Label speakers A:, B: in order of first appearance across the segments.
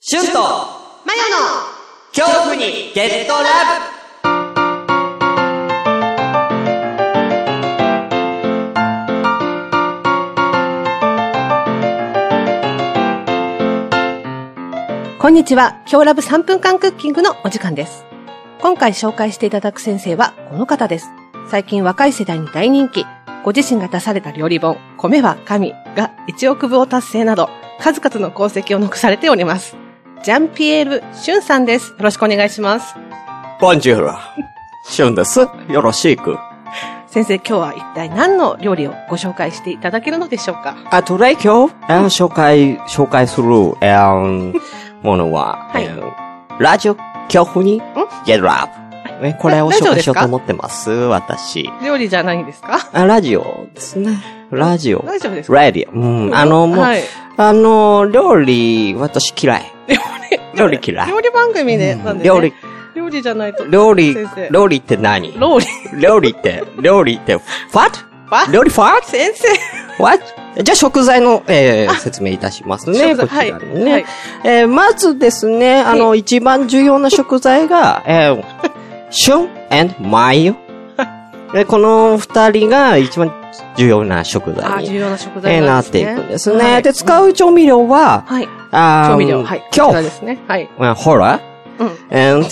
A: シュンと
B: マヨの
A: 恐怖にゲットラブ
B: こんにちは。今日ラブ3分間クッキングのお時間です。今回紹介していただく先生はこの方です。最近若い世代に大人気。ご自身が出された料理本、米は神が1億部を達成など、数々の功績を残されております。ジャンピエール・シュンさんです。よろしくお願いします。
C: ボンジュール。シュンです。よろしく。
B: 先生、今日は一体何の料理をご紹介していただけるのでしょうか
C: あと来今日、えー紹介、紹介する、えーものは、
B: はい
C: えーラジオ恐怖にゲットラブ。ねこれを
B: ララジ
C: 紹
B: オで
C: 介し
B: す
C: よう
B: か
C: と思ってます、私。
B: 料理じゃないんですか
C: あ、ラジオですね。ラジオ。
B: 大丈夫ですか
C: ラディオ。うん。あの、もう、
B: はい
C: あの、料理、私嫌 い。料理嫌い
B: 料理番組で、なんで、ね、
C: 料理、
B: 料理じゃないと。
C: 料理
B: 先生、
C: 料理って何
B: ローリ
C: 料理って、料理って、what?
B: What？
C: 料理 what?
B: 先生。
C: What? じゃあ食材の、えー説明いたしますね。
B: 食
C: こ
B: 材
C: ちらのね、
B: はいはい
C: えーまずですね、あの、一番重要な食材が、えー、旬 and マ ヨ。でこの二人が一番重要な食
B: あ、
C: 材
B: 重
C: に、
B: 要な食
C: え
B: 材
C: ーな
B: なん
C: っ
B: です
C: て
B: ね。
C: いくんですね。
B: はい
C: で、使う調味料は、
B: はい。
C: あー
B: 調味料。はい。
C: 恐
B: こちら
C: 怖
B: ですね。はい。
C: まあ、ホラ
B: うん。
C: ー and、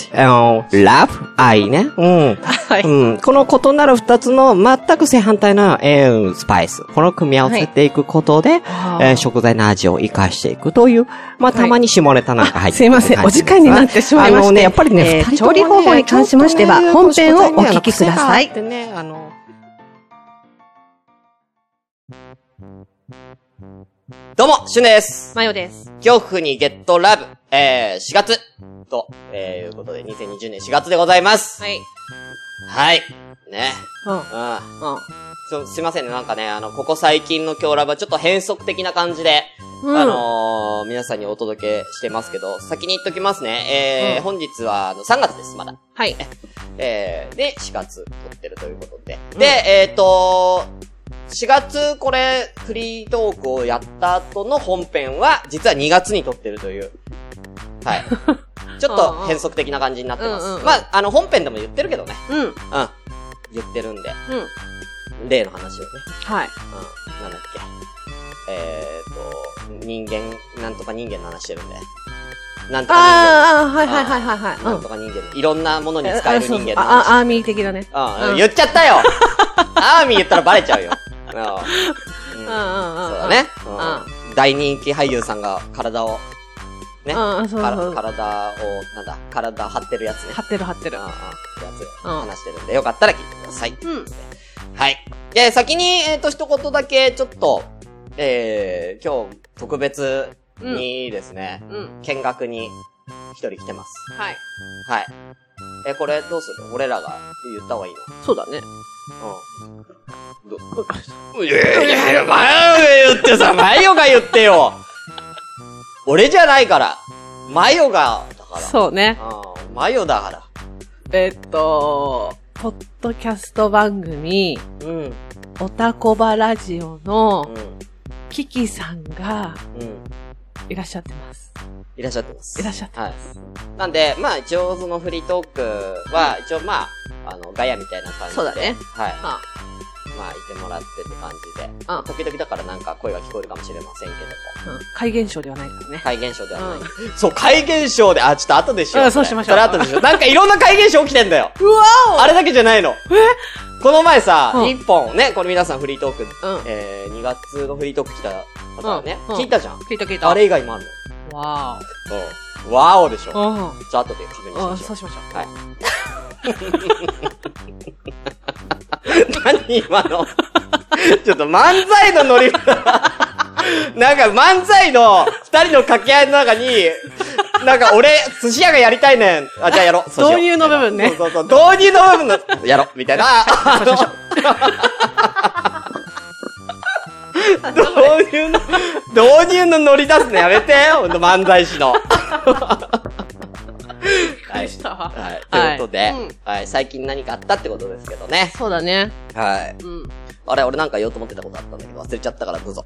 C: love, 愛ね。うん。
B: はい。
C: うん、この異なる二つの全く正反対な、えースパイス。この組み合わせていくことで、えー食材の味を生かしていくという、まあ、たまに下ネタなんか入って
B: すいません、お時間になってしまいま
C: あ
B: し
C: の
B: て。
C: ね、やっぱりね、
B: えー
C: 二人と
B: 調
C: もね
B: 理方法に関しましては、本編をお聞きくださ。
C: ち
B: い
C: ょっ。とねあのどうも、シュンです。
B: マヨです。
C: 恐怖にゲットラブ、えー、4月、と、えー、いうことで、2020年4月でございます。
B: はい。
C: はい。ね。
B: うん。うん。
C: うん。す、すいませんね。なんかね、あの、ここ最近の今日ラブはちょっと変則的な感じで、
B: うん
C: あのー、皆さんにお届けしてますけど、先に言っときますね。えー
B: うん
C: 本日は、あの、3月です、まだ。
B: はい。
C: えー、で、4月撮ってるということで。で、えっ、ー、と4月、これ、フリートークをやった後の本編は、実は2月に撮ってるという。 はい。ちょっと変則的な感じになってます。
B: うんうんうん
C: まあ、あの、本編でも言ってるけどね。
B: うん。うん。
C: うん。言ってるんで、例の話をね。
B: はい。
C: うん、なんだっけ。えー、っと、人間、なんとか人間の話してるんで。なんとか
B: ああ、はいはいはいはいはい。
C: 人間。なんとか人間。いろんなものに使える人間の
B: あ
C: 話。
B: あ、アーミー的だね。
C: うん、
B: うん
C: 言っちゃったよアーミー言ったらバレちゃうよ。うん
B: うん
C: う
B: うん
C: ん
B: うん。
C: そうだね。
B: う
C: うん大人気俳優さんが体を、ね。
B: ん。うん、そう
C: か
B: そ
C: ら
B: う。
C: 体を、なんだ、体張ってるやつね。
B: 張ってる張ってる
C: うん。うんやつ
B: うん
C: 話してるんで、よかったら聞いてください。
B: うん。
C: はい。で、先に、えっ、と、一言だけ、ちょっと、えー、今日、特別にですね、
B: うん。
C: 見学に、一人来てます。
B: はい。
C: はい。え、これ、どうする俺らが言った方がいい
B: そうだね。
C: のうん。ど、どういやいやいや、前が言ってさ、前よが言ってよ俺じゃないから前よが、だから。
B: そうね。
C: うん、前よだか
B: えっと、ポッドキャスト番組、
C: ら。うん。うん。
B: おたこばラジオのキキさんが
C: うん。
B: いらっしゃってます。
C: いらっしゃってます。
B: いらっしゃって
C: はい。なんで、まあ一応そのフリートークは、一応まあ、あの、ガヤみたいな感じで。
B: そうだね。
C: はい。
B: あ
C: まあ、いてもらってって感じで。
B: あ
C: 時々だからなんか声が聞こえるかもしれませんけども。
B: うん、怪現象ではないからね。
C: 怪現象ではない。
B: うん
C: そう、怪現象で、あ、ちょっと後でしよう。
B: うんそうしましょ
C: そ
B: う
C: れ後でしよう。なんかいろんな怪現象起きてんだよ。
B: うわ
C: あれだけじゃないの。この前さ
B: う、ん
C: 一、本ね、これ皆さんフリートーク、
B: おうん。
C: えー、2月のフリートーク来た方ね、
B: うんうん
C: 聞いたじゃん。
B: 聞いた聞いた。
C: あれ以外もある
B: わ
C: の。うん。わおでしょ。じゃ
B: お。
C: あ後で確認し
B: うん。う
C: ま
B: ん、
C: しょう
B: そう。しましょう。
C: はい何今の。 ちょっと漫才のノリ が、なんか漫才の二人の掛け合いの中に、なんか俺、寿司屋がやりたいねん。あ、じゃあやろう。そうしよう
B: 導入の部分ね
C: そうそうそう。導入の部分 の、やろう。みたいな。あの 導入の、導入のノリ出すのやめて。ほんと漫才師の。
B: びっくりしたわ。
C: はい。ということで
B: はいうん、
C: はい。最近何かあったってことですけどね。
B: そうだね。
C: はい。
B: うん。
C: あれ、俺なんか言おうと思ってたことあったんだけど、忘れちゃったからどうぞ。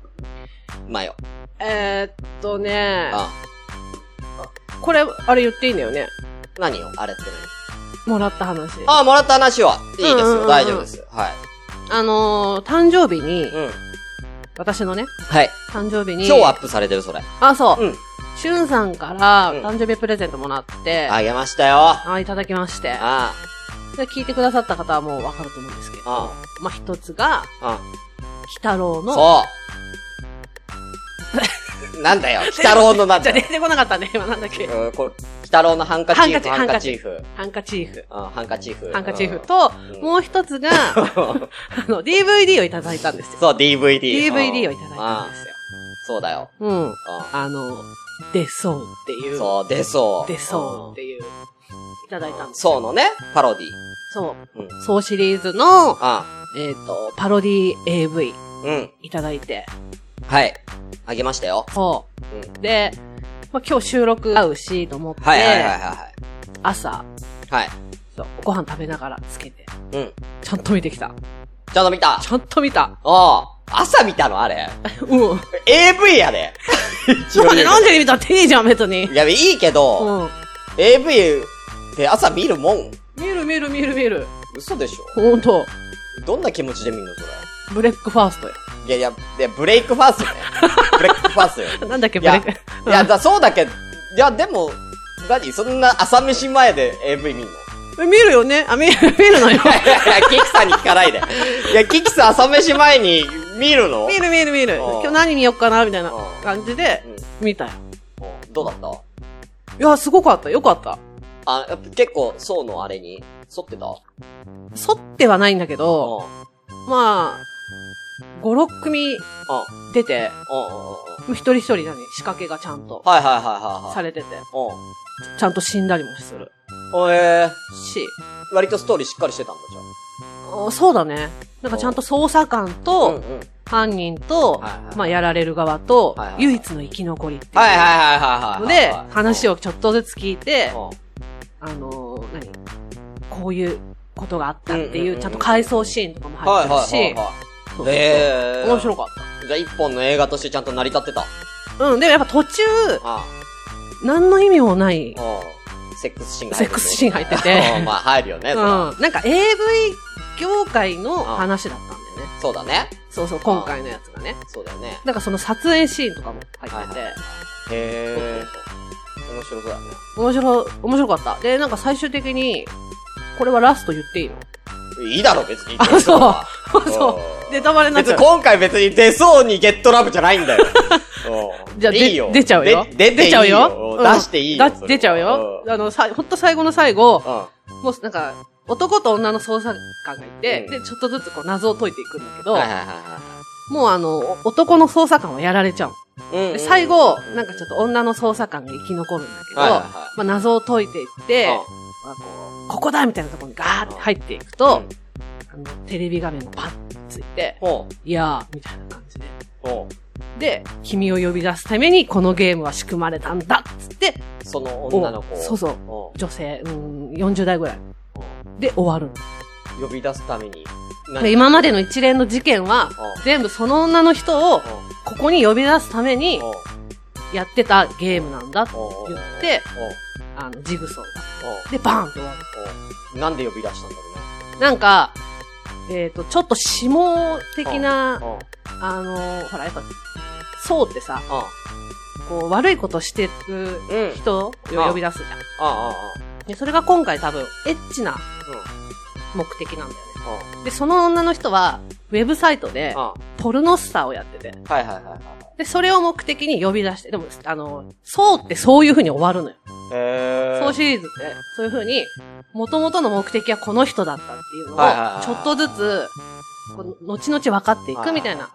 C: まあよ。
B: えー、っとね、
C: あ
B: これ、あれ言っていいんだよね。
C: 何よあれって何
B: もらった話。あ
C: ああ、もらった話は。いいです
B: うんうんうんう
C: よ。
B: ん
C: 大丈夫ですよ。はい。
B: のー、誕生日に、
C: うん。
B: 私のね、
C: はい。
B: 誕生日に、
C: 今日アップされてる、それ。
B: あ、そう。
C: うん
B: しゅんさんから
C: うん
B: 誕生日プレゼントもらって、
C: あげましたよ。あ
B: あいただきまして。
C: あ、
B: で聞いてくださった方はもうわかると思うんですけど。
C: あ
B: まあ、一つが、
C: あ、
B: 鬼太郎の、
C: そう。 なんだよ、 鬼太郎のなん
B: じ
C: だ
B: ゃあ出
C: よ。
B: てこなかったね、今なんだっけ。
C: うん、これ、鬼太郎のハンカチーフ、
B: ハ
C: ハ
B: ン
C: ン
B: カ
C: カ
B: チ
C: チーフ。
B: ハンカチーフ。
C: うんハンカチーフ。
B: ハンカチーフ
C: うん
B: と、
C: うん
B: もう一 つが、あの、DVD をいただいたんですよ。
C: そう、DVD。
B: DVD を
C: うん
B: いただいたんですよ。
C: そうだよ。
B: うん。
C: う
B: あの、出そうってい
C: ん
B: う。
C: そう、出そう。
B: 出そうって
C: い
B: いう。いただいたんです
C: そう
B: よ。
C: のね、パロディ。
B: そう。
C: うん。
B: そうシリーズの、
C: あ、
B: えっ、と、パロディ AV
C: うん。
B: いただいて。
C: はい。あげましたよ。
B: そうう。で、まあ、今日収録合うし、と思って、
C: はいはいはいは
B: 朝、
C: い。はい。
B: そう、ご飯食べながらつけて、
C: うん。
B: ちゃんと見てきた。
C: ちゃんと見た。
B: ちゃんと見た。
C: ああ。朝見たのあれ。
B: うん。
C: AV やで。
B: なんで、なんで見たっていいじゃん、別に。
C: いや、いいけど、
B: うん。
C: AV って朝見るもん。
B: 見る見る見る見る。
C: 嘘でしょ
B: ほんと。
C: どんな気持ちで見るのそれ。
B: ブレックファーストや。
C: いやいや、いや、ブレイクファース トね。ブレイクファーストよ。
B: なんだっけ、
C: い
B: ブレ
C: や
B: ック。
C: いや、だ、そうだけど、いや、でも、何そんな朝飯前で AV 見んのい
B: え見るよねあ、見る、 見るの
C: や
B: よ。
C: いや、キキさんに聞かないで。いや、キキさん朝飯前に見るの
B: 見る見る見る。
C: ああ
B: 今日何見よっかなみたいな
C: ああ
B: 感じで、見たよ。
C: うんうん。どうだった
B: いや、すごかった。よかった。
C: あ、やっぱ結構、層のあれに、沿ってたう
B: 反ってはないんだけど、
C: ん。
B: まあ、5、6組
C: あ、
B: 出て、
C: うんうんうんうん。
B: 一人一人何仕掛けがちゃんと
C: はいはいはいはいは
B: さ
C: い。
B: れてて、
C: う
B: ちゃんと死んだりもする
C: ん。おえ
B: し、
C: ー、割とストーリーしっかりしてたんだ、じゃ
B: あそうだね。なんかちゃんと捜査官
C: あ。
B: と、
C: うん。
B: 犯人と、
C: はいはい
B: まあ、やられる側と、
C: はいはいはい
B: 唯一の生き残りっていう。
C: はいはいはいはいはいはい。
B: で、話
C: を。
B: をちょっとずつ聞いて、
C: う
B: あのー何こういうことがあったって
C: うんうん
B: い
C: うん
B: う、
C: うん
B: ちゃんと回想シーンとかも
C: んはい
B: 入
C: は
B: っ
C: い
B: て
C: はい
B: るし
C: は
B: そ
C: い。
B: うそうそう、
C: えー。
B: 面白かっ
C: じゃあ一本の映画としてちゃんと成り立ってた。
B: た。うん、でもやっぱ途中、
C: あ
B: 何の意味もない
C: あ。、うん。セックスシーンが
B: セックスシーン入ってて
C: うんまあ入るよね、
B: うん、
C: そら
B: なんか AV 業界の話だったんだよね。
C: そうだね。
B: そうそう、今回のやつがね。
C: そうだよね。
B: なんかその撮影シーンとかも入ってて、
C: はいへえ。面白そうだね。
B: 面白、面白かった。で、なんか最終的に、これはラスト言っていいの
C: いいだろ、別に。
B: あそう
C: う
B: そう。ネタバレになっ
C: 別
B: ちゃ
C: に
B: う。
C: 今回別に出そうにゲットラブじゃないんだよ。うん
B: じゃあ、
C: い
B: で
C: いよ。
B: 出ちゃうよ。
C: で出ていい
B: ちゃうよ。
C: うん出していいよ
B: だ。
C: それは
B: 出ちゃうよ。
C: うん
B: あの、さ、ほんと最後の最後、
C: うん。
B: もうなんか、男と女の捜査官がいて、
C: うん
B: で、ちょっとずつこう謎を解いていくんだけど、
C: はいはいはいは
B: もうあの、お男の捜査官はやられちゃう。
C: いうんう
B: で
C: ん。
B: 最後、なんかちょっと女の捜査官が生き残るんだけど、
C: はいはいはい
B: まあ謎を解いていって、
C: うん
B: まあこうここだみたいなところにガーって入っていくと、
C: うん
B: あの、テレビ画面がパッついて、
C: ほ
B: いやー、みたいな感じで。
C: う。ほ
B: で、君を呼び出すためにこのゲームは仕組まれたんだっつって、
C: う。その女の子
B: お
C: を。
B: そうそう、
C: う
B: 女性、うん、40代ぐらい
C: んうん
B: で終わるの
C: 呼び出すために。
B: で今までの一連の事件は、
C: う
B: 全部その女の人を
C: ん
B: ここに呼び出すために
C: うん
B: やってたゲームなんだ、
C: うん
B: 言って
C: うん
B: あの、ジグソー
C: うん
B: が。で、バーンって終わる。
C: うんなんで呼び出したんだろ
B: なんか、えっ、と、ちょっと指紋的
C: うね
B: な、。
C: うん。うん。
B: あのーほら、やっぱ、そうってさ、こう、悪いことしてる
C: うん。うん。
B: 人を
C: うん
B: 呼び出すじゃん。
C: ああ、
B: で、それが今回多分、エッチな目的なんだよね。で、その女の人は、ウェブサイトで
C: うん。うん。、は
B: ポルノスターをやってて、
C: いはいはいはい。
B: で、それを目的に呼び出して、でも、あの、そうってそういう風に終わるのよ。
C: へ
B: そうシリーズって、そういう風に、元々の目的はこの人だったっていうの
C: はいはいは
B: を、
C: い
B: ちょっとずつ、こう後々分かっていくみたいな。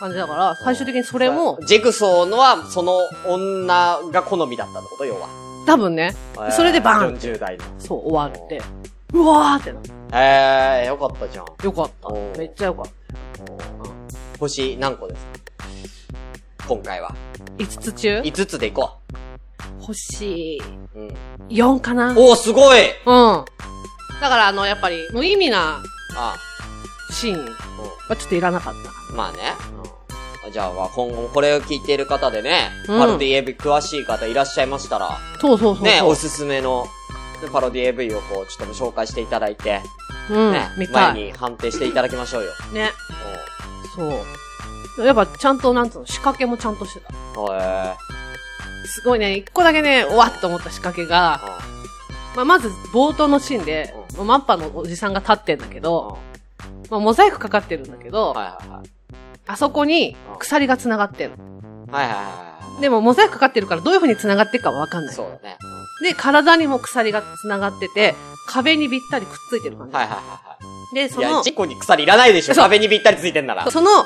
B: 感じだから、最終的にそれも、
C: ジグソーのは、その女が好みだったってこと、要は。
B: 多分ね、
C: へー
B: それでバーン
C: !40 代の。
B: そう終わって、うわーってなって
C: ええ、よかったじゃん。
B: よかった
C: お。ー
B: めっちゃよかった。
C: 星何個ですか今回は。
B: 5つ中
C: 5つでいこ
B: 星
C: う。うん。
B: 4かなうん。
C: おー、すごい
B: だからあの、やっぱり、無意味な
C: あ
B: シーン
C: あ、
B: はちょっといらなかった。
C: うんまあね。うんじゃあ、今後もこれを聞いている方でね、
B: うん
C: パロディ AV 詳しい方いらっしゃいましたら、
B: そうそうそうそう。
C: ね、おすすめのパロディ AV をこう、ちょっと紹介していただいて、
B: うん、
C: ね、
B: 見た
C: 前
B: い。
C: に判定していただきましょうよ。
B: ね。そう。やっぱちゃんと、なんつうの、仕掛けもちゃんとしてた。
C: うんへー
B: すごいね、一個だけね、うわっと思った仕掛けが、
C: う
B: まあ、まず冒頭のシーンで、マッパのおじさんが立ってんだけ
C: んうん
B: ど、まあ、モザイクかかってるんだけ
C: は
B: ど、
C: いはいはい。
B: あそこに鎖が繋がってんの。
C: はいはいはい
B: でもモザイクかかってるからどういう風に繋がってるかはわか
C: は
B: ん
C: い。
B: ない。
C: そうだね。
B: で、体にも鎖が繋がってて、壁にぴったりくっついてる感じ。
C: はいはいはい
B: で、
C: はい。
B: そ
C: いや、
B: の、
C: 一個に鎖いらないでしょ。
B: そう
C: 壁にぴったりついてんなら。
B: その、
C: うん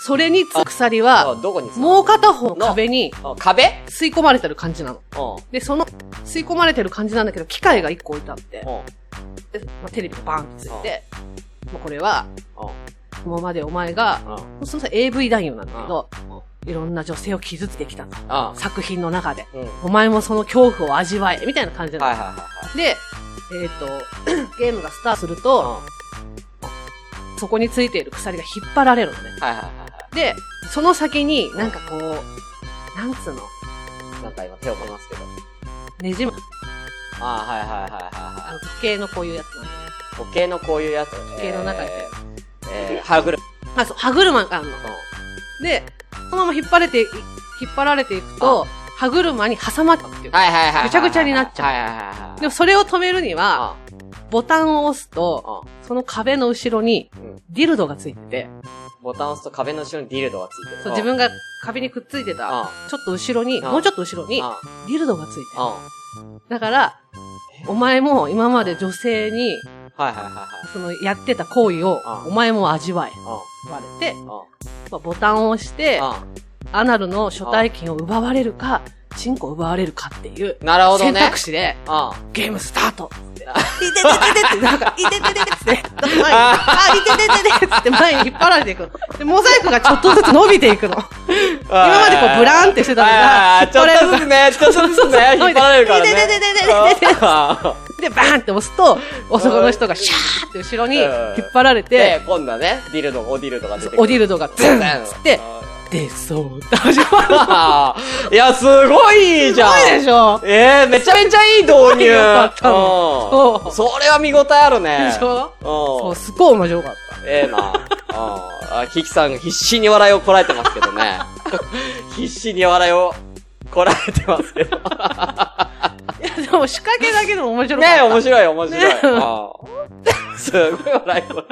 B: それにつく鎖は、
C: あどこにつ
B: もう片方の壁に
C: あ壁
B: 吸い込まれてる感じなの。
C: うん。
B: で、その、吸い込まれてる感じなんだけど、機械が一個置いてあって、
C: うん。
B: でまあ、テレビがバーンってついて、もうこれは、
C: う
B: 今までお前が、
C: ん。うん。
B: その AV 男優なんだけど、いろんな女性を傷つけてきたと。
C: あ
B: 作品の中で。
C: うん。はい
B: お前もその恐怖を味わえ、みたいな感じなの。
C: はいはい
B: で、えっ、と、 ゲームがスタートすると、そこについている鎖が引っ張られるのね。
C: はい。はいはいは
B: で、その先になんかこう、なんつうの、
C: い。なんか今手を取りますけど。
B: ねじむ、
C: あはいはいはいはい
B: あ
C: は
B: の、時計のこういうやつなんだよ
C: い。時計のこういうやつ。時
B: 計の中に
C: えーえー、歯車。
B: あ、そう、歯車があるの。で、そのまま引っ張れてい、引っ張られていくと、歯車に挟まっちゃうっていう。
C: はいはいはいはい。
B: ぐちゃぐちゃになっちゃう
C: はいはいはいはい。
B: でもそれを止めるに
C: あ
B: は、ボタンを押すと、
C: あ
B: その壁の後ろに
C: うん、
B: ディルドがついてて、
C: ボタンを押すと壁の後ろにディルドがついてる。
B: そう、自分が壁にくっついてた、
C: あ
B: ちょっと後ろに、
C: あ
B: もうちょっと後ろに、
C: あ
B: ディルドがついてる。
C: あ
B: だから、お前も今まで女性に、
C: はいはいはいはい。
B: そのやってた行為を
C: あ、
B: お前も味わえ、
C: あ
B: 言われて、
C: あ
B: まあボタンを押して、
C: あ
B: アナルの初体金を奪われるか、チンコを奪われるかっていう
C: なるほど
B: 選
C: ね。
B: 択肢で、
C: あ
B: ゲームスタートっつって、いててててって、なんか、いてててて って、だって前に、あ、いててててっつって前に引っ張られていくの。で、モザイクがちょっとずつ伸びていくの。今までこうブラーンってしてたのが
C: あーちょっとずつね、ちょっとずつね、引っ張られるからね。
B: ででででででで
C: あ
B: で、バーンって押すと、男の人がシャーって後ろに引っ張られ
C: ー
B: て、
C: で、今度はね、ディルド、オディルドが出てくる。
B: オディルドがズンっつって、で、そうって始まる。
C: あ ーいや、すごいいいじゃん。
B: すごいでしょ
C: ええめちゃめちゃいい導
B: すごい
C: 入。
B: よかったの
C: うん
B: そ
C: それは見応えあるね。
B: でしょ
C: うん
B: そう、すごい面白かっ
C: ええな。うんあ、キキさん必死に笑いをこらえてますけど ね。必死に笑いをこらえてますけど。ね
B: た。いや、でも仕掛けだけでも面白かった。
C: え、面白い、面
B: ねえ
C: 白い。うんすごい笑いを。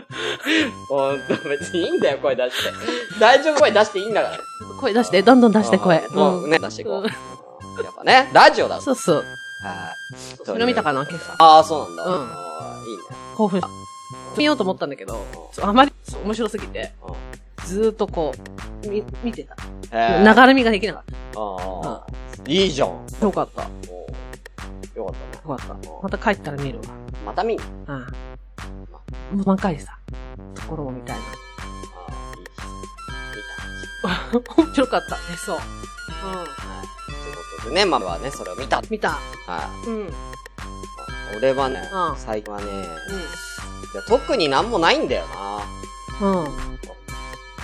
C: ほんと、別にいいんだよ、声出して。大丈夫、声出していいんだから。
B: 声出して、どんどん出して声。
C: うんもうね、出していこ
B: う
C: う。
B: ん
C: やっぱね、ラジオだ
B: そうそう。
C: はい。
B: それ見たか
C: な
B: な、今朝。
C: ああ、そうなんだ。
B: うん
C: あーいいね。
B: 興奮した。見ようと思ったんだけど、ちょあまりそう面白すぎて、
C: うん
B: ずーっとこう、み、見てた。
C: へー
B: 流れ見ができなかっ
C: あーいいじゃん。お
B: た。よかった。よ
C: ーよかったね。
B: かった。また帰ったら見る
C: また見に。
B: わ。うん。細かいさ、ところも見たいな。
C: あーいいです
B: 面白かった。え、そう。うん。
C: 見たということでね、まあまあね、それを見た。
B: 見た。
C: は
B: うん。うん。
C: い。俺はね
B: う、ん
C: 最近はね、いや特になんもないんだよな。
B: うん。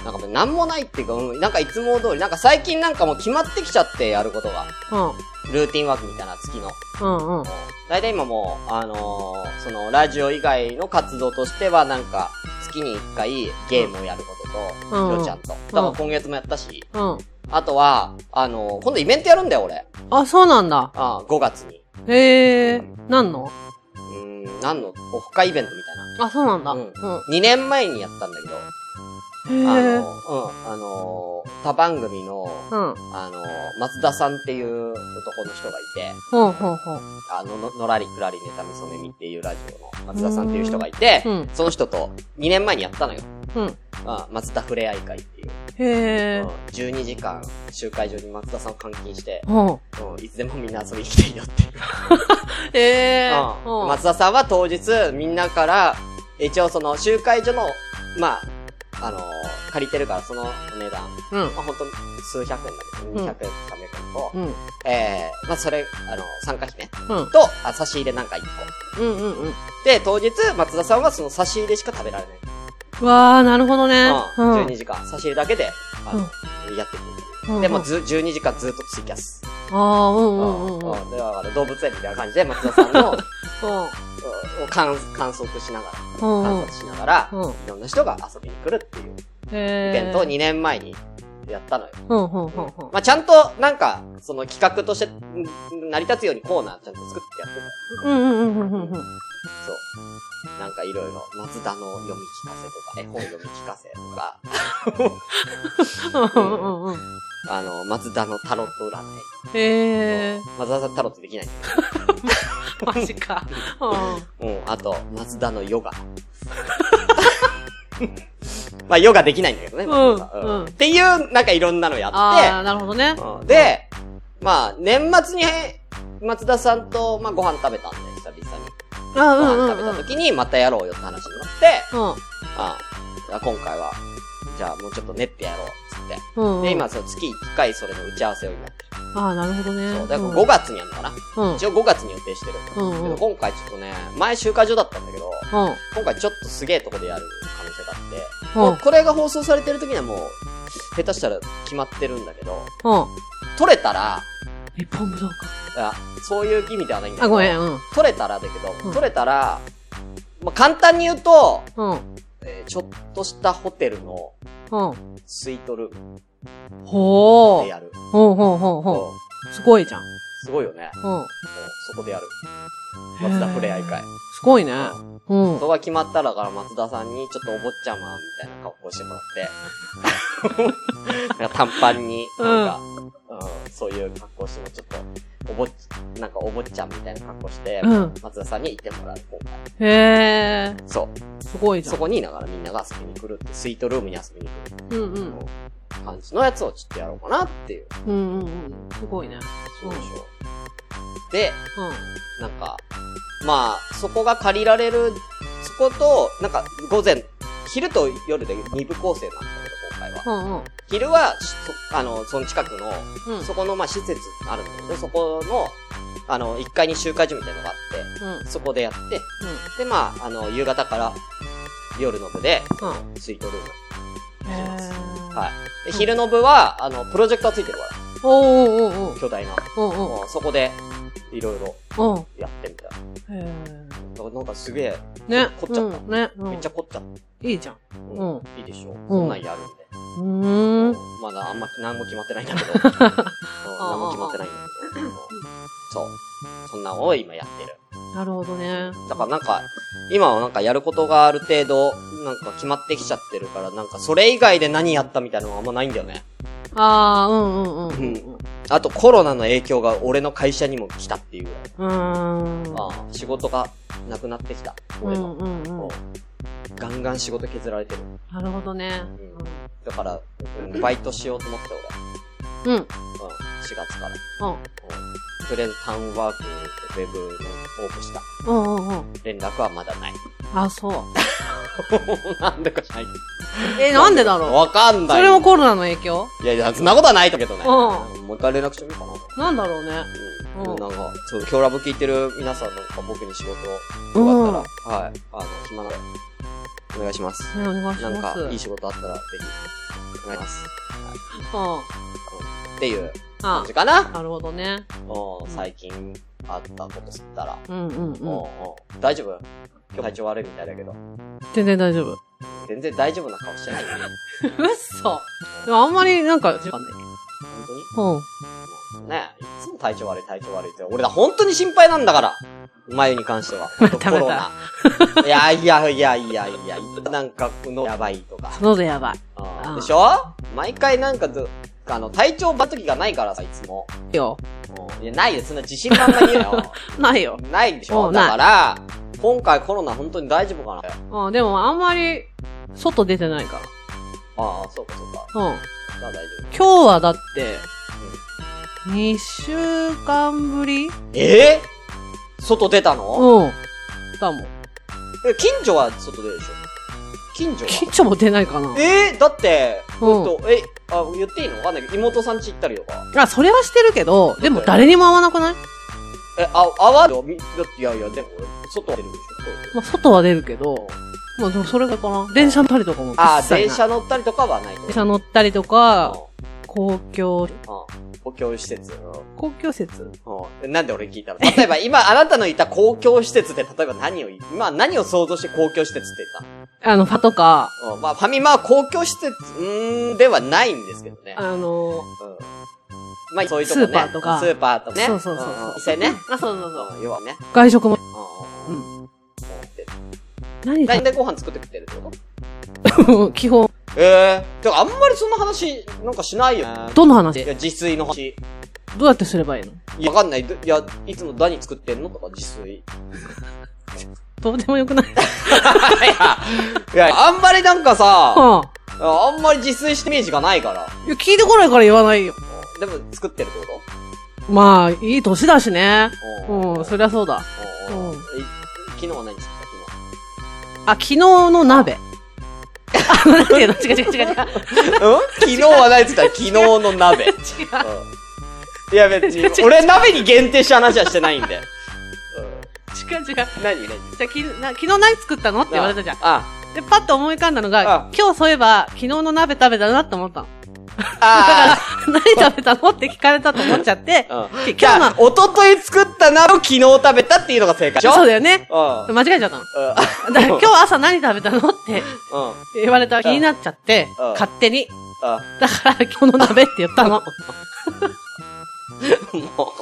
C: なんかなんもないっていうか、うんなんかいつも通り、なんか最近なんかもう決まってきちゃってやることが。
B: うん。
C: ルーティンワークみたいな月の。
B: うん。うん。
C: 大体今もう、あのーその、ラジオ以外の活動としては、なんか、月に一回ゲームをやることと、
B: うん
C: ひろちゃんと。多分今月もやったし、
B: うん。
C: あとは、あのー今度イベントやるんだよ、俺。
B: あ、そうなんだ。
C: あ5月に。
B: へえ。なんの
C: うーん、何の、オフ会イベントみたいな。
B: あ、そうなんだ。
C: う
B: うんん。
C: 2年前にやったんだけど、あ
B: へえ。
C: のーうん、あのー他番組の、
B: うん。
C: あのー松田さんっていう男の人がいて、
B: ほうほうほう。
C: あの、ののらりくらりネタみそねみっていうラジオの松田さんっていう人がいて、
B: うん。
C: その人と2年前にやったのよ。
B: うん。
C: あ松田ふれあい会っていう、う
B: へえ
C: ん。12時間集会場に松田さんを監禁して、
B: うん。
C: うんいつでもみんな遊びに来ていいよっていう、
B: へえ。
C: う
B: うんん。
C: 松田さんは当日みんなから一応その集会所のまああのー借りてるからそのお値段、
B: うん。
C: まあ、ほんと数百円だけど200
B: う
C: 円
B: ん
C: とか300円と、
B: うん。
C: えー、まあそれあの参加費ね
B: うん。
C: とあ差し入れなんか1個
B: うんうんうん。
C: で当日松田さんはその差し入れしか食べられない
B: わー、なるほどね。
C: うん。12時間、差し入れだけで、あの、やってい
B: うん
C: く。で、もうず、12時間ずっとツイキャス。
B: ああ、うん
C: う
B: うんうん
C: ん。
B: うん。うん
C: うんでだから動物園みたいな感じで、松田さん の、うん
B: う
C: を観観測しながら、
B: ん
C: 観
B: うん
C: 察しながら、
B: うん。
C: いろんな人が遊びに来るっていうイ
B: イ
C: ベントを2年前にやったのよ。
B: うんうんうんうん。
C: まあ、ちゃんと、なんか、その企画として、ん成り立つようにコーナーちゃんと作ってやって
B: うんうんうんうんうん。
C: た。そう。なんかいろいろ、松田の読み聞かせとか、絵本読み聞かせとか、
B: うんうんうん。
C: あの、松田のタロット占い。
B: へえ
C: 松田さんタロットできないんだけ
B: ー。マジか。う
C: ど。うん。あと、松田のヨガ。まあ、ヨガできないんだけどね、松田さん。
B: うんうん
C: っていう、なんかいろんなのや
B: ん。ああ、
C: っ
B: なるほどね
C: て、。うんで、まあ、年末に、松田さんと、まあ、ご飯食べたんで、久々に。
B: あ
C: ご
B: う
C: 飯
B: んうん
C: 食べ
B: うん。う
C: た
B: ん。
C: 時に、またやろうよって話になって、ああ、今回は、じゃあもうちょっと練ってやろう、つって。
B: うんうん。
C: で、今、。そう、月1回それの打ち合わせを今やってる。
B: ああ、なるほどね。
C: そう、だから5月にやるのかな。
B: うん。うん
C: 一応5月に予定してる。
B: うんうん
C: けど今回ちょっとね、前集会所だったんだけど、
B: うん。
C: 今回ちょっとすげえとこでやる可能性があって、
B: うん
C: もうこれが放送されてる時にはもう、下手したら決まってるんだけど、
B: うん。
C: 取れたら、
B: え、ポン武道館。
C: あそういう意味ではないんだけど、
B: あ、ごめん、うん。
C: 取れたらだけど、
B: うん
C: 取れたら、まあ、簡単に言うと、
B: うん。
C: えーちょっとしたホテルの
B: うん。
C: スイートルーム
B: ほ
C: で
B: ー。
C: やる。
B: ほうほうほうほ
C: う
B: う。すごいじゃん。
C: んすごいよね。
B: うん。
C: もうそこでやる。松田触れ合い会。
B: すごいね。うん。
C: そこが決まったらだから松田さんにちょっとお坊ちゃまみたいな格好してもらって。なんか短パンに、なんか、うんそういう格好してもちょっと、お坊なんかお坊ちゃんみたいな格好して、
B: うん。
C: 松田さんにいてもらう。今回
B: へー。
C: そう。
B: すごいじゃ
C: そ
B: ん。
C: こに、だからみんなが遊びに来るって、スイートルームに遊びに来る
B: うんう。
C: うん感じのやつをちょっとやろうかなっていう。
B: うんうんうん。すごいね。
C: そうでしょ。で、
B: う
C: な
B: ん。
C: んか、まあ、そこが借りられる、そこと、なんか、午前、昼と夜で二部構成なんだけど、今回は。
B: うんうん。
C: 昼は、しそあの、その近くの、
B: うん。
C: そこの、まあ、施設あるんだけど、そこの、あの、1階に集会所みたいなのがあっ
B: うん。
C: て、そこでやって、で、まあ、あの、夕方から、夜の部で、
B: うん。
C: スイートルーム。
B: う
C: しま
B: ん。
C: す
B: は。
C: はいで、昼の部は、あの、プロジェクターついてるから、
B: おうおうおう
C: 巨大な。
B: おう。おう
C: もうそこで、いろいろ
B: おう。
C: やってみたいな。
B: うん。へー
C: だからなんかすげえ、
B: ね。
C: 凝っちゃった
B: うんね。うん
C: めっちゃ凝っちゃった。
B: いいじゃん。
C: うん
B: う。
C: いいでしょ。こんなんやるんで。
B: うーん。
C: まだあんま何も決まってないんだけ ど。うん何も決まってないんだけど。そう。そんなんを今やってる。
B: なるほどね。
C: だからなんか、今はなんかやることがある程度、なんか決まってきちゃってるから、なんかそれ以外で何やったみたいなのはあんまないんだよね。
B: ああ、うんうんうん。うん。
C: あとコロナの影響が俺の会社にも来たっていうぐらい。
B: うーん。
C: ああ仕事がなくなってきた。
B: う
C: 俺
B: ん
C: の。
B: うん
C: う
B: うん
C: ん。ガンガン仕事削られてる。
B: なるほどね。
C: だから、うんバイトしようと思って
B: うん。
C: 俺。
B: うん。
C: うん。4月から。とりあえずタウンワークでウェブの応募した。
B: うんうんうん。
C: 連絡はまだない。
B: あ、そう。
C: なんでかない。
B: え、なんでだろ
C: わかん
B: う
C: ない。
B: それもコロナの影響
C: いやいや、そんなことはないんだけどね。
B: う
C: もう一回連絡してみようかな。
B: なんだろうね。
C: うん。
B: うん
C: なんか、そう、今日ラブ聞いてる皆さんなんか僕に仕事
B: う
C: を、
B: ん。
C: よかったら、はい。あの、暇なら、お願いします。
B: ね、お願いし
C: な
B: ます。
C: んか、いい
B: し。
C: 仕事あったら、ぜひ、お願いします。
B: うん。
C: っていう
B: あ
C: 感じかな。
B: なるほどね。
C: うん、最近あったことすったら。
B: うんうん
C: うん、
B: う
C: う
B: ん。
C: ん。大丈夫今日体調悪いみたいだけど。
B: 全然大丈夫。
C: 全然大丈夫な顔してないよね。
B: 嘘。でもあんまりなんか、わかんない。
C: 本当に
B: うん。
C: ねえ、いつも体調悪い、体調悪いって。俺ら本当に心配なんだから。眉に関しては。ま
B: たまた。
C: いやいやいやいやいや、なんか、この、やばいとか。
B: 喉やばい。
C: あ
B: う
C: ー
B: ん
C: でしょ毎回なんかず、あの、体調ばっときがないからさ、いつも。
B: よ。
C: うんいや、ないよ、そんな自信満々に言うなよ。
B: ないよ。
C: ないでし
B: う
C: ょ
B: んない
C: だから、今回コロナ本当に大丈夫かな
B: うん、でもあんまり、外出てないか
C: ああ、そうかそうか。
B: ら。うん。
C: じゃあ大丈
B: 今日はだって、2週間ぶり
C: 夫。えー、外出たの、
B: うん。だもん。
C: え近所は外出るでしょ近所は
B: 近所も出ないかな。
C: えー、だって、
B: うん
C: ほんと、え、あ、言っていいのわかんないけど、妹さん家行ったりとか。
B: あ、それはしてるけど、でも誰にも会わなくない
C: え、あ、あわるよみだって、いやいや、でも、外出るでし
B: まあ、外は出るけど、まあでもそれがかな。電車乗ったりとかも。
C: あー、
B: 一切ない
C: 電車乗ったりとかはないと
B: 電車乗ったりとか、公共、
C: 公共施設。うん
B: 公共施設
C: うんなんで俺聞いたの例えば今、あなたの言った公共施設で、例えば何を言い、今何を想像して公共施設って言っ
B: あの、ファとか、
C: たうんまあ、ファミマは公共施設、うーん、ではないんですけどね。
B: あの、
C: うんまあ、そういうとこね。
B: スーパーとか
C: スーパーとかね。
B: そうそうそうそうん
C: ん店ね。
B: あ、そうそうそう。
C: うん要はね。
B: 外食も。
C: う。
B: うんん。何
C: 何
B: 食
C: でご飯作ってくってるってこと
B: べても基本、
C: ええてか、あんまりそんな話、なんかしないよね。
B: どの
C: い
B: 話
C: や、自炊の話。
B: どうやってすればいいの
C: いやわかんない。どいや、いつも何作ってんのとか、自炊。い
B: ど うでもよくない
C: や、いやあんまりなんかさ、
B: はあ。
C: あんまり自炊してイメージがないから。
B: いや、聞いてこないから言わないよ。
C: でも、作ってるってこ
B: まあ、いい年だしね。
C: と
B: うん、そりゃそうだ。
C: うん
B: うん
C: え昨日は何作った
B: あ、昨日の 鍋。あ、なんていうの違う違う違う違う。
C: 昨日。うん昨日は何作った昨日の鍋。うん
B: 違う。
C: いや、別に、俺鍋に限定した話はしてないんで。
B: 違う違う。じゃあ、
C: 何何
B: きな昨日何作ったのって言われたじゃん。
C: あ
B: で、パッと思い浮かんだのが
C: あ、
B: 今日そういえば、昨日の鍋食べたなって思ったの。
C: あ。あ
B: 何食べたのって聞かれたと思っちゃって、
C: あ。うん。
B: 今日の
C: じゃあ、おととい作った鍋を昨日食べたっていうのが正解でしょ
B: そうだよね。
C: うん。
B: 間違えちゃったの。
C: う
B: だから今日朝何食べたのって
C: ん。うん。
B: 言われたら気になっちゃって、
C: うん
B: 勝手に。
C: あ、
B: だから今日の鍋って言ったの。わ
C: も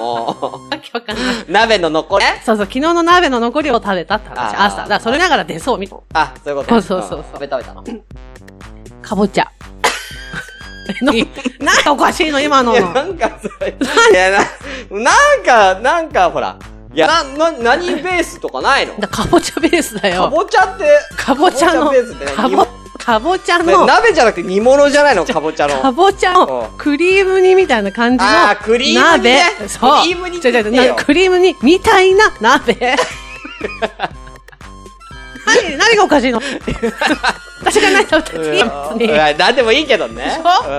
C: う、お
B: けわかんない。
C: ー鍋の残り
B: そうそう、昨日の鍋の残りを食べたって話。
C: あー
B: 朝。だからそれながら出そう、みたい
C: あ、そういうことね
B: そうそうそうん
C: 食べ食べたの。
B: な。かぼちゃ。何 なんかおかしいの、今の
C: い。や、なんかそれ、いや、な、なんか、なんかほら、いや、な、な、何ベースとかないの
B: だかぼちゃベースだ
C: か
B: よ。
C: ぼちゃって、
B: かぼちゃ
C: か
B: の
C: ぼちゃベースって、何
B: かぼ、かぼちゃの、
C: 鍋じゃなくて煮物じゃないのかぼちゃ
B: か
C: の。
B: ぼちゃ
C: う
B: の
C: ん
B: クリーム煮みたいな感じの鍋。
C: あークリーム煮ね
B: そう。
C: クリーム煮っ
B: ち
C: て
B: ょち
C: 言
B: ょ
C: っ
B: ち
C: て
B: ょ
C: よ
B: なクリーム煮みたいな鍋。 何、何がおかし いの私が何食べたって いいの
C: い
B: に。
C: や、なんでもいいけどね。
B: そう
C: う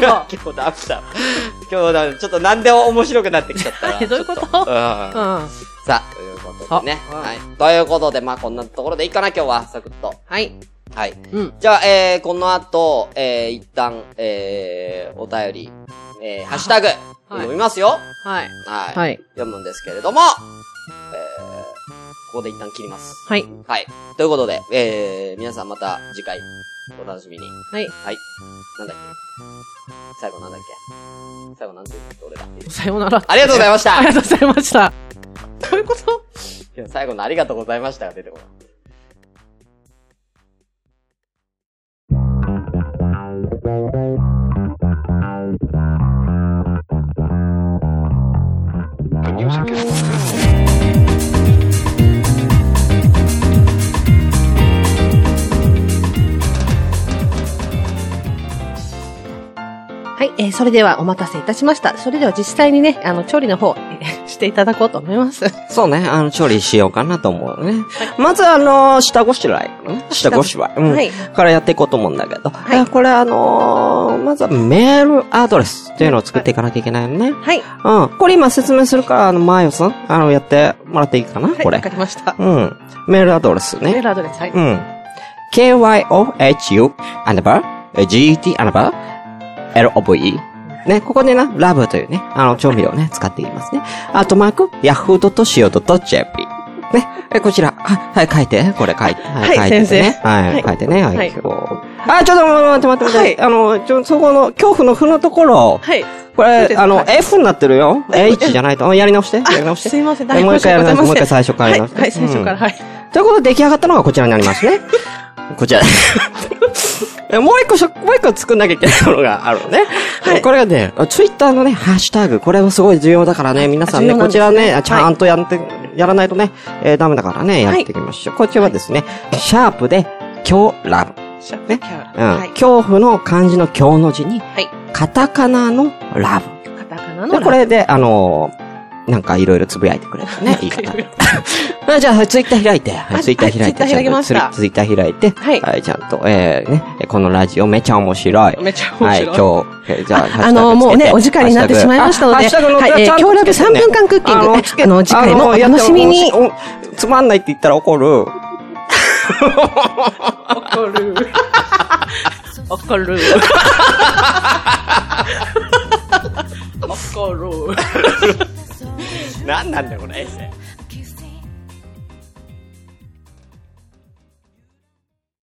C: ん 今日ダメだ。今日ダメだ。ちょっとなんでも面白くなってきちゃったな。
B: え どういうこ
C: う
B: と
C: ん
B: う。ん。
C: さあ、ということでね。はい。ということで、まあこんなところでいいかな、今日は、サクッと。
B: はい。
C: はい。
B: うん。
C: じゃあ、えー、この後、えー、一旦、えー、お便り、えー、ハッシュタグ、読みますよ。はい。
B: はい。はい。
C: 読むんですけれども、えー、ここで一旦切ります。
B: はい。
C: はい。ということで、えー、皆さんまた次回、お楽しみに。
B: はい。
C: はい。なんだっけ最後なんだっけ最後なんて言って俺ら。
B: さようなら。
C: ありがとうございました
B: ありがとうございました。どういうこと
C: いや 最後のありがとうございましたが出てこない。
B: はい、えーそれではお待たせいたしました。それでは実際にね、あの、調理の方、えーしていただこうと思います。
A: そうね、あの、調理しようかなと思うね。まず、あの、下ごしらえかな。下ごしらえ。うん。
B: はい。
A: からやっていこうと思うんだけど。
B: い
A: えこれあのーまずはメールアドレスっていうのを作っていかなきゃいけないのね。
B: は
A: う
B: い。
A: ん。これ今説明するから、あの、マーヨさん、あの、やってもらっていいかな、
B: はい、
A: これ
B: わか。りました。
A: うん。メールアドレス
B: メー
A: ね。
B: ルアドレス、はい。
A: うん。kyohu, アンダーバー、gt, アンダーバー、love. ね、ここでな、ラブというね、あの、調味料をね、使っていますね。あとマーク、yahoo.co.jp。ね、え、こちら、あはい、書いて、これ書いて。は
B: はい
A: 書いてね
B: 先
A: はい、
B: はい
A: 書いてね、はい、
B: はい
A: 今日。あ、ちょっと待って待って待って、あの、ちょ、そこの、恐怖の負のところ、
B: はい。
A: こ
B: そう
A: れ、
B: です
A: あの
B: は、
A: F になってるよ。H じゃないと。あやり直して、や
B: あ
A: り直して。
B: すいません、
A: もう一回やり直して、もう一回
B: 最
A: 最初からやり直し
B: 初
A: て。
B: はい、はい、最初か
A: う
B: ら、
A: ん
B: はい。
A: ということで出来上がったのがこちらになりますね。こちら。え もう一個しょ、もう一個作んなきゃいけないものがあるのね。これがね、ツイッターのね、ハッシュタグ、これはすごい重要だからね、皆さんね、
B: 重要なん
A: こ
B: で
A: ち
B: すね
A: らね、ちゃんとやって、やらないとね、えーダメだからね、やっていきましょう。こちらはですね、シャープで、今日ラブ。ね。うん。
B: はい。
A: 恐怖の漢字の今日の字に、
B: はい。
A: カタカナのラブ。
B: カタカナの
A: で、
B: ラ
A: これで、あのーなんかいろいろつぶやいてくれ るね、言い方で。 あじゃあ、ツイッター開いて、はい
B: あ
A: ツイッター開いて、
B: はいツイッター開きまし
A: ちゃん
B: た
A: とツイツイッター開いて、
B: はい
A: ちゃんと、えー、ね、このラジオめちゃ面白い。
B: めっちゃ
A: は
B: 面白。
A: いい、今日、えーじゃあ、ハッシュタグつけて
B: あの、もうね、お時間になってしまいましたので、
A: ハッシュタグあハッシュタグの
B: はい、え
A: ちゃ
B: ー、
A: んと
B: 今日ラブ
A: つけて
B: 3
A: ね
B: 分間クッキング、あの、次回もお楽しみに。
A: あのやっておおつまんないって言ったら怒る。
B: わかる。わか る。わかる。
C: 何なんだよ、このエッセイ。